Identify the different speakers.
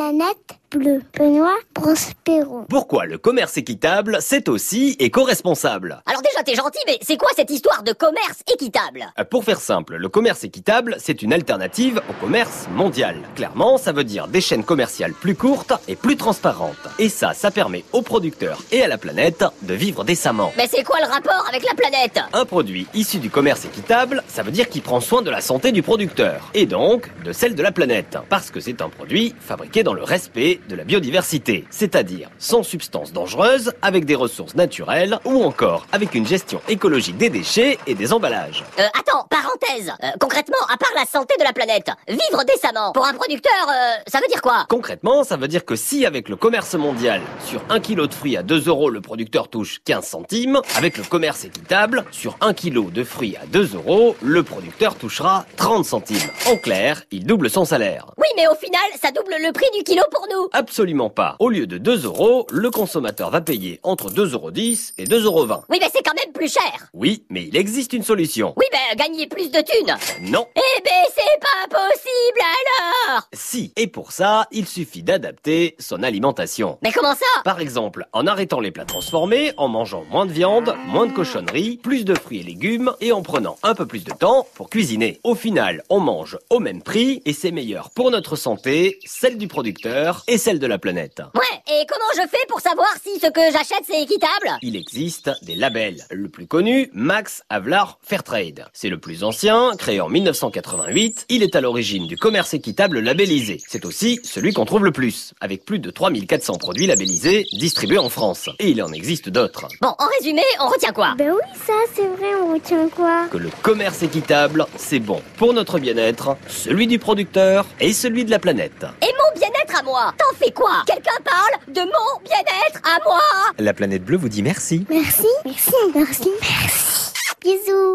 Speaker 1: Planète bleue. Benoît Prospero.
Speaker 2: Pourquoi le commerce équitable, c'est aussi éco-responsable
Speaker 3: Alors déjà, t'es gentil, mais c'est quoi cette histoire de commerce équitable
Speaker 2: Euh, Pour faire simple, le commerce équitable, c'est une alternative au commerce mondial. Clairement, ça veut dire des chaînes commerciales plus courtes et plus transparentes. Et ça, ça permet aux producteurs et à la planète de vivre décemment.
Speaker 3: Mais c'est quoi le rapport avec la planète
Speaker 2: Un produit issu du commerce équitable, ça veut dire qu'il prend soin de la santé du producteur, et donc de celle de la planète, parce que c'est un produit fabriqué dans le respect de la biodiversité, c'est-à-dire sans substances dangereuses, avec des ressources naturelles, ou encore avec une gestion écologique des déchets et des emballages.
Speaker 3: Euh, Attends, parenthèse. Euh, concrètement, à part la santé de la planète, vivre décemment pour un producteur, euh, ça veut dire quoi
Speaker 2: Concrètement, ça veut dire que si avec le commerce mondial, sur un kilo de fruits à 2 euros, le producteur touche 15 centimes, avec le commerce équitable, sur un kilo de fruits à 2 euros, le producteur touchera 30 centimes. En clair, il double son salaire.
Speaker 3: Oui, mais au final, ça double le prix du kilo pour nous.
Speaker 2: Absolument pas. Au lieu de 2 euros, le consommateur va payer entre 2,10 euros et 2,20 euros.
Speaker 3: Oui, mais c'est quand même plus cher.
Speaker 2: Oui, mais il existe une solution.
Speaker 3: Oui, ben, gagner plus de thunes.
Speaker 2: Non.
Speaker 3: Eh ben, c'est pas possible alors
Speaker 2: Si. Et pour ça, il suffit d'adapter son alimentation.
Speaker 3: Mais comment ça
Speaker 2: Par exemple, en arrêtant les plats transformés, en mangeant moins de viande, moins de cochonneries, plus de fruits et légumes, et en prenant un peu plus de temps pour cuisiner. Au final, on mange au même prix, et c'est meilleur pour notre santé, celle du producteur et celle de la planète.
Speaker 3: Ouais, et comment je fais pour savoir si ce que j'achète c'est équitable
Speaker 2: Il existe des labels. Le plus connu, Max Havelaar Fairtrade. C'est le plus ancien, créé en 1988. Il est à l'origine du commerce équitable labellisé. C'est aussi celui qu'on trouve le plus, avec plus de 3400 produits labellisés distribués en France. Et il en existe d'autres.
Speaker 3: Bon, en résumé, on retient quoi
Speaker 1: Ben oui, ça, c'est vrai, on retient quoi
Speaker 2: Que le commerce équitable, c'est bon pour notre bien-être, celui du producteur et celui de la planète.
Speaker 3: Et mon bien-être à moi T'en fais quoi Quelqu'un parle de mon bien-être à moi
Speaker 4: La planète bleue vous dit merci.
Speaker 1: Merci. Merci. Merci. Merci. Bisous.